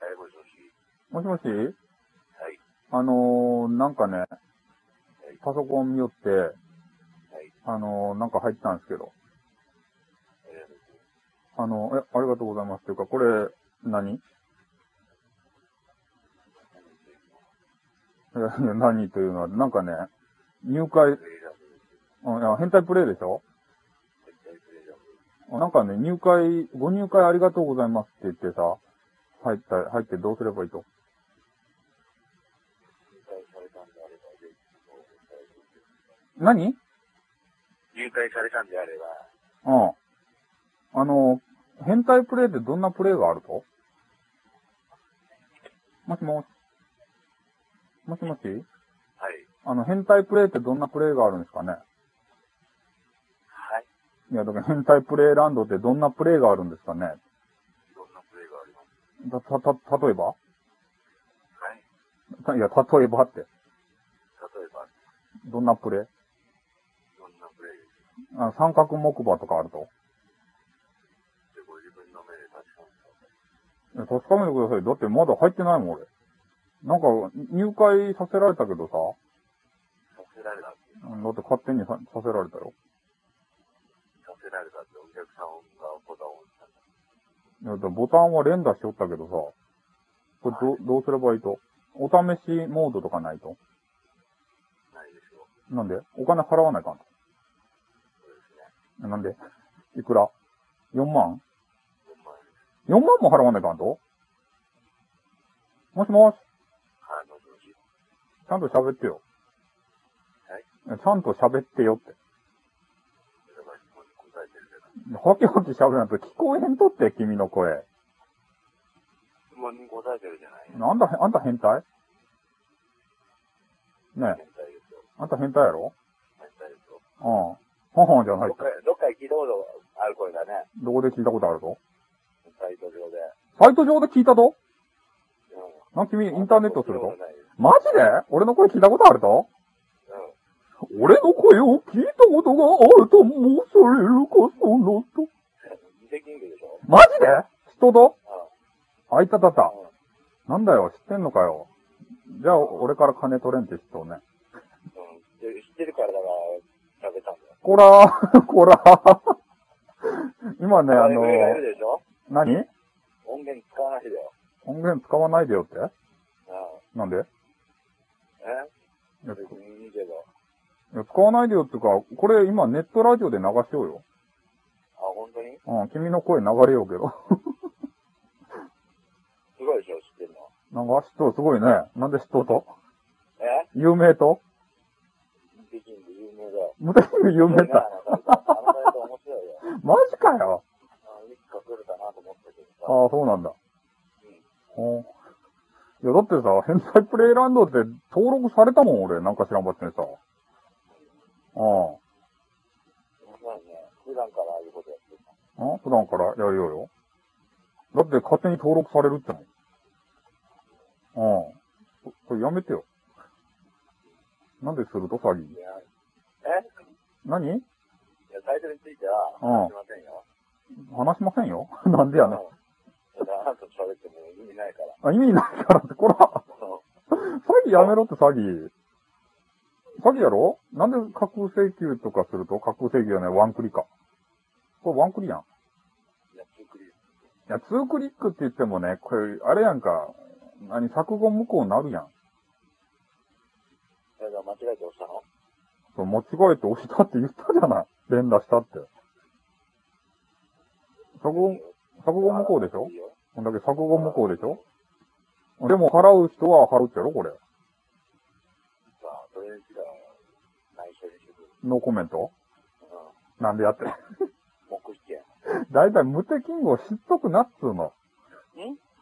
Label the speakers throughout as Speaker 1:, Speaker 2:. Speaker 1: はい、もしもし。
Speaker 2: もしもし
Speaker 1: はい。
Speaker 2: あのー、なんかね、パソコン見よって、
Speaker 1: はい。
Speaker 2: あのー、なんか入ったんですけど、
Speaker 1: ありがとうございます。
Speaker 2: あのえ、ありがとうございます。というか、これ、何 何というのは、なんかね、入会、
Speaker 1: プレイラブ、
Speaker 2: うんいや変態プレイでしょ
Speaker 1: 絶対プレイラブ。
Speaker 2: なんかね、入会、ご入会ありがとうございますって言ってさ、入った、入ってどうすればいい
Speaker 1: 入
Speaker 2: と。
Speaker 1: 会されたんであれば、ぜひ、もう大丈夫です。
Speaker 2: 何うん。
Speaker 1: 入会されたんであれば、
Speaker 2: あの、変態プレイってどんなプレイがあるともしもし。もしもし
Speaker 1: はい。
Speaker 2: あの、変態プレイってどんなプレイがあるんですかね
Speaker 1: はい。
Speaker 2: いや、だから変態プレイランドってどんなプレイがあるんですかね
Speaker 1: どんなプレイがあります
Speaker 2: た、た、た、例えば
Speaker 1: はい。
Speaker 2: たいや、例えばって。
Speaker 1: 例えば、
Speaker 2: どんなプレイ
Speaker 1: どんなプレイです
Speaker 2: あ三角木馬とかあると。
Speaker 1: かでご自分の目で確かめてください。
Speaker 2: いや確かめてください。だってまだ入ってないもん、俺。なんか、入会させられたけどさ、
Speaker 1: させられたって、
Speaker 2: うんだって勝手にささせられたよ。
Speaker 1: させられたって、お客さんがボタンを押したんだ。
Speaker 2: いやだからボタンは連打しよったけどさ、これどどうすればいいと。お試しモードとかないと。
Speaker 1: ないでしょう。
Speaker 2: なんでお金払わないかん
Speaker 1: そうですね。
Speaker 2: と。なんでいくら ?4 万
Speaker 1: 4万円です。
Speaker 2: 4万も払わないかんともしもし、
Speaker 1: はい、もしもし。
Speaker 2: ちゃんと喋ってよ。
Speaker 1: はい。
Speaker 2: ちゃんと喋ってよって。
Speaker 1: だから質問に答えてるけど。
Speaker 2: はきはき喋らんと聞こえへんとって、君の声。
Speaker 1: 質問に答えてるじゃない。
Speaker 2: なんだ、あんた変態ねえ、
Speaker 1: 変態ですよ。
Speaker 2: あんた変態やろ
Speaker 1: 変態ですよ。
Speaker 2: うん。ははんじゃない
Speaker 1: どっか、どっか聞いたことある声だね。
Speaker 2: どこで聞いたことあるぞ。
Speaker 1: サイト上で。
Speaker 2: サイト上で聞いたぞ
Speaker 1: うん。
Speaker 2: なん、君、インターネットする
Speaker 1: と
Speaker 2: と マジで俺の声聞いたことあると
Speaker 1: うん。
Speaker 2: 俺の声を聞いたことがあると申されるか、そのと。
Speaker 1: 偽キングでしょ
Speaker 2: マジで人と
Speaker 1: う
Speaker 2: あいたたた。
Speaker 1: ん。うん。
Speaker 2: なんだよ、知ってんのかよ。じゃあ、俺から金取れんって人ね。
Speaker 1: うん知ってる知ってるからだから、食べたんだよ。
Speaker 2: こらー、 こらー。今ね、あの
Speaker 1: 俺がやるでしょ
Speaker 2: 何
Speaker 1: 音源使わないでよ。
Speaker 2: 音源使わないでよって
Speaker 1: う
Speaker 2: なんでい
Speaker 1: ん。え
Speaker 2: や
Speaker 1: 別にいいけど。
Speaker 2: いや使わないでよっていうか、これ今ネットラジオで流しようよ。
Speaker 1: あ、本当に
Speaker 2: うん、君の声流れようけど。
Speaker 1: すごいでしょ知ってるの。
Speaker 2: なんか、知っとるすごいね。なんで知っとうと
Speaker 1: え
Speaker 2: 有名と
Speaker 1: 偽キング有名だよ。
Speaker 2: 無敵に有名
Speaker 1: だ
Speaker 2: だ。
Speaker 1: あのサイト面白いよ。
Speaker 2: マジかよ。
Speaker 1: あいつか来るかなと思ったけど
Speaker 2: ああ、
Speaker 1: さ。
Speaker 2: そうなんだ。
Speaker 1: うん
Speaker 2: ほういや、だってさ、変態プレイランドって登録されたもん、俺。なんか知らんばってんさ。ああ。
Speaker 1: 面白いね。普段からああいうことやってるの。
Speaker 2: あ普段からやるよよ。だって勝手に登録されるってもん。うん。これやめてよ。なんですると詐欺
Speaker 1: い。や、え
Speaker 2: 何
Speaker 1: いや、タイトルについては、話しませんよ。
Speaker 2: 話しませんよ。 なんでやねん。
Speaker 1: うん。だからあなたと喋っても意味ないから。
Speaker 2: あ、意味ないからって、こら、
Speaker 1: うん
Speaker 2: 詐欺やめろって詐欺。詐欺やろなんで架空請求とかすると架空請求はね、ワンクリか。これワンクリやん。い
Speaker 1: いや、びっくりです
Speaker 2: や、ツークリックって言ってもね、これ、あれやんか、何、作後無効になるやん。
Speaker 1: それが間違えて押したの
Speaker 2: そう間違えて押したって言ったじゃない。連打したって。作後、作後無効でしょ
Speaker 1: いいよ
Speaker 2: こんだけ作後無効でしょでも払う人は払うってやろこれ。
Speaker 1: さあ、それについては、内緒にしてくる。
Speaker 2: ノーコメント
Speaker 1: うん。
Speaker 2: なんでやって。
Speaker 1: 黙秘権。
Speaker 2: だいたい無敵キングを知っとくなっつうの。
Speaker 1: ん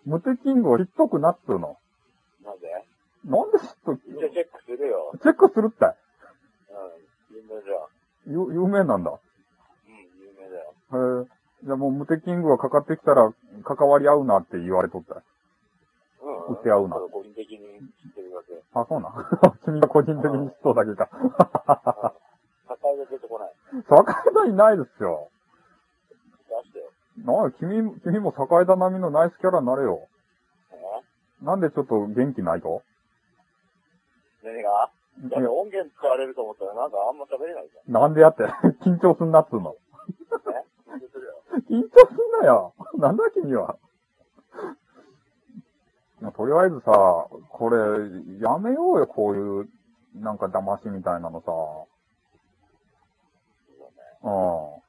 Speaker 2: 無敵キングを知っとくなっつうの。
Speaker 1: なぜ
Speaker 2: なんで知っとく
Speaker 1: 一応チェックするよ。
Speaker 2: チェックするって。
Speaker 1: うん。有名じゃん。
Speaker 2: 有有名なんだ。へ
Speaker 1: うん、有名だよ。
Speaker 2: え。じゃあもう無敵キングがかかってきたら関わり合うなって言われとった。
Speaker 1: うん。
Speaker 2: 打ち合うな
Speaker 1: だから個人的に知ってるだけ。うん。
Speaker 2: あ、そうなん。 君が個人的に知っとうだけか。
Speaker 1: 高いが出てこない。
Speaker 2: 境田いないですよ。
Speaker 1: 出してよ。
Speaker 2: なあ、君、君も境田並みのナイスキャラになれよ。
Speaker 1: え
Speaker 2: なんでちょっと元気ないと
Speaker 1: 何が
Speaker 2: い
Speaker 1: だって音源使われると思ったらなんかあんま喋れないじゃん。
Speaker 2: なんでやって 緊張すんなっつうの。
Speaker 1: ね緊張するよ。
Speaker 2: 緊張すんなよ。なんだ君は。まあとりあえずさ、これ、やめようよ、こういう、なんか騙しみたいなのさ。う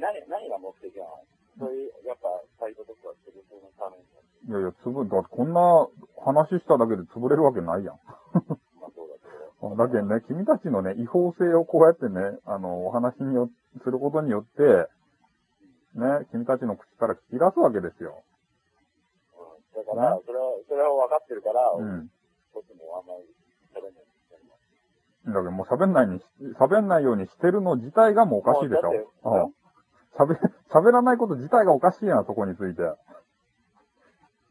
Speaker 1: 何、何が目的なのそういう、やっぱ、サイトとか仕事のために。
Speaker 2: ん。いやいや、つぶ、だってこんな話しただけで潰れるわけないやん。
Speaker 1: まあそうだけど。
Speaker 2: だけどね、君たちのね、違法性をこうやってね、あの、お話によ、することによって、ね、君たちの口から聞き出すわけですよ。
Speaker 1: うん。だから、それは、それは分かってるから、
Speaker 2: うん。
Speaker 1: 僕もあんまり喋れない。
Speaker 2: だけどもう喋んないにし、喋んないようにしてるの自体がもうおかしいでし
Speaker 1: もうだって
Speaker 2: ょ。うん。喋、喋らないこと自体がおかしいやん、そこについて。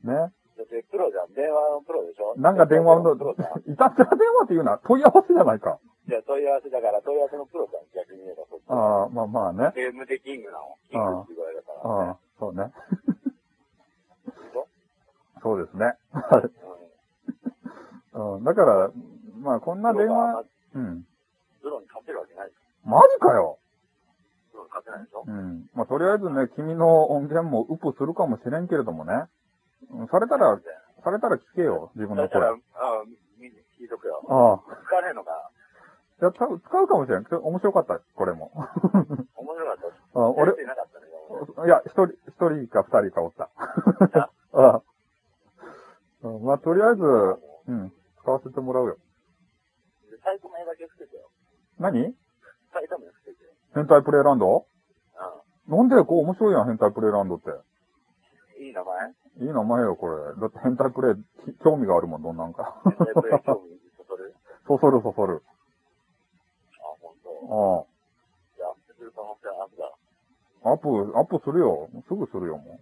Speaker 2: ね。
Speaker 1: だってプロじゃん。電話のプロでしょ
Speaker 2: なんか電話の
Speaker 1: プロじゃん。
Speaker 2: いたずら電話っていうのは問い合わせじゃないか。
Speaker 1: じゃあ問い合わせだから、問い合わせのプロじゃん。逆に言えばそっち。
Speaker 2: ああ、まあまあね。
Speaker 1: ゲームでキングなの。キングって言われたか
Speaker 2: あ
Speaker 1: ら、ね
Speaker 2: あ。、そうね
Speaker 1: そう。
Speaker 2: そうですね。
Speaker 1: うん
Speaker 2: うん。だから、まあこんな電話、。うん。
Speaker 1: プロに勝てるわけないでしょ。
Speaker 2: マジかよ。
Speaker 1: プロに勝てないでしょ。
Speaker 2: うん。まあとりあえずね、君の音源もウプするかもしれんけれどもね。うんされたら、されたら聞けよ、自分
Speaker 1: だ
Speaker 2: の
Speaker 1: ったら、
Speaker 2: 声。あ
Speaker 1: うん、みんな聞いとくよ。
Speaker 2: あ。
Speaker 1: 聞かねえのか。
Speaker 2: いや、多分使うかもしれん。ちょ面白かった、これも。
Speaker 1: 面白かった。
Speaker 2: あ俺
Speaker 1: やっ、てなかったね。今まで
Speaker 2: いや、一人、一人か二人かおった。 あうんまあ、とりあえず、うん、使わせてもらうよ。
Speaker 1: サイト名だけ伏せてよ。
Speaker 2: 何
Speaker 1: サイト名伏せてよ。
Speaker 2: 変態プレイランド
Speaker 1: う
Speaker 2: なんでこう面白いやん、変態プレイランドって。
Speaker 1: ん。いい名前。
Speaker 2: いい名前よ、これ。だって変態プレイ、き興味があるもん、どんなんか。
Speaker 1: 絶対プレイ興味そそる。
Speaker 2: そそるそそる。
Speaker 1: あ、ほんと。
Speaker 2: あ
Speaker 1: じゃあ、アップする可能性はあるだ。
Speaker 2: あ。アップ、アップするよ。すぐするよ、も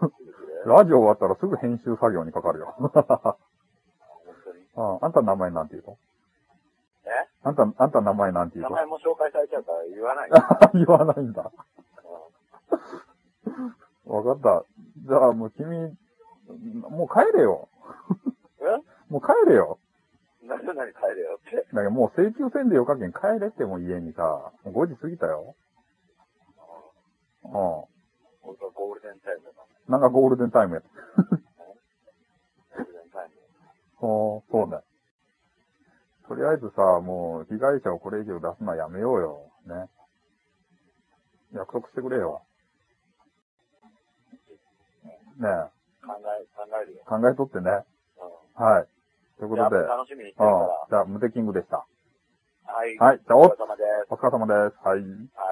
Speaker 1: すぐくれ
Speaker 2: う。ラジオ終わったらすぐ編集作業にかかるよ。
Speaker 1: 本当に。
Speaker 2: ああんた名前なんて言うと
Speaker 1: え
Speaker 2: あんた、あんた名前なんて言
Speaker 1: 名
Speaker 2: うと
Speaker 1: 前も紹介されちゃうから言わない。うん。
Speaker 2: あ言わないんだ。わかった。じゃあもう君、もう帰れよ。
Speaker 1: え
Speaker 2: もう帰れよ。
Speaker 1: なになに帰れよって。
Speaker 2: だけどもう請求せんでよかけん帰れってもう家にさ、もう5時過ぎたよ。う
Speaker 1: 本当はゴールデンタイムだ。
Speaker 2: ん。なんかゴールデンタイムやった。
Speaker 1: ゴールデンタイム。
Speaker 2: おそうね。とりあえずさ、もう被害者をこれ以上出すのはやめようよ。ね。約束してくれよ。
Speaker 1: 考
Speaker 2: ねえ、
Speaker 1: え、考えるよ。
Speaker 2: 考えとってね。
Speaker 1: う
Speaker 2: はい。というこ
Speaker 1: ん。じゃ
Speaker 2: と
Speaker 1: あ、
Speaker 2: で。
Speaker 1: 楽しみにしてるか
Speaker 2: ああ
Speaker 1: ら。
Speaker 2: じゃあ、無敵キングでした。
Speaker 1: はい。
Speaker 2: はい。じゃあ、
Speaker 1: お疲
Speaker 2: お
Speaker 1: れ様です。
Speaker 2: お疲れ様です。はい。
Speaker 1: はい。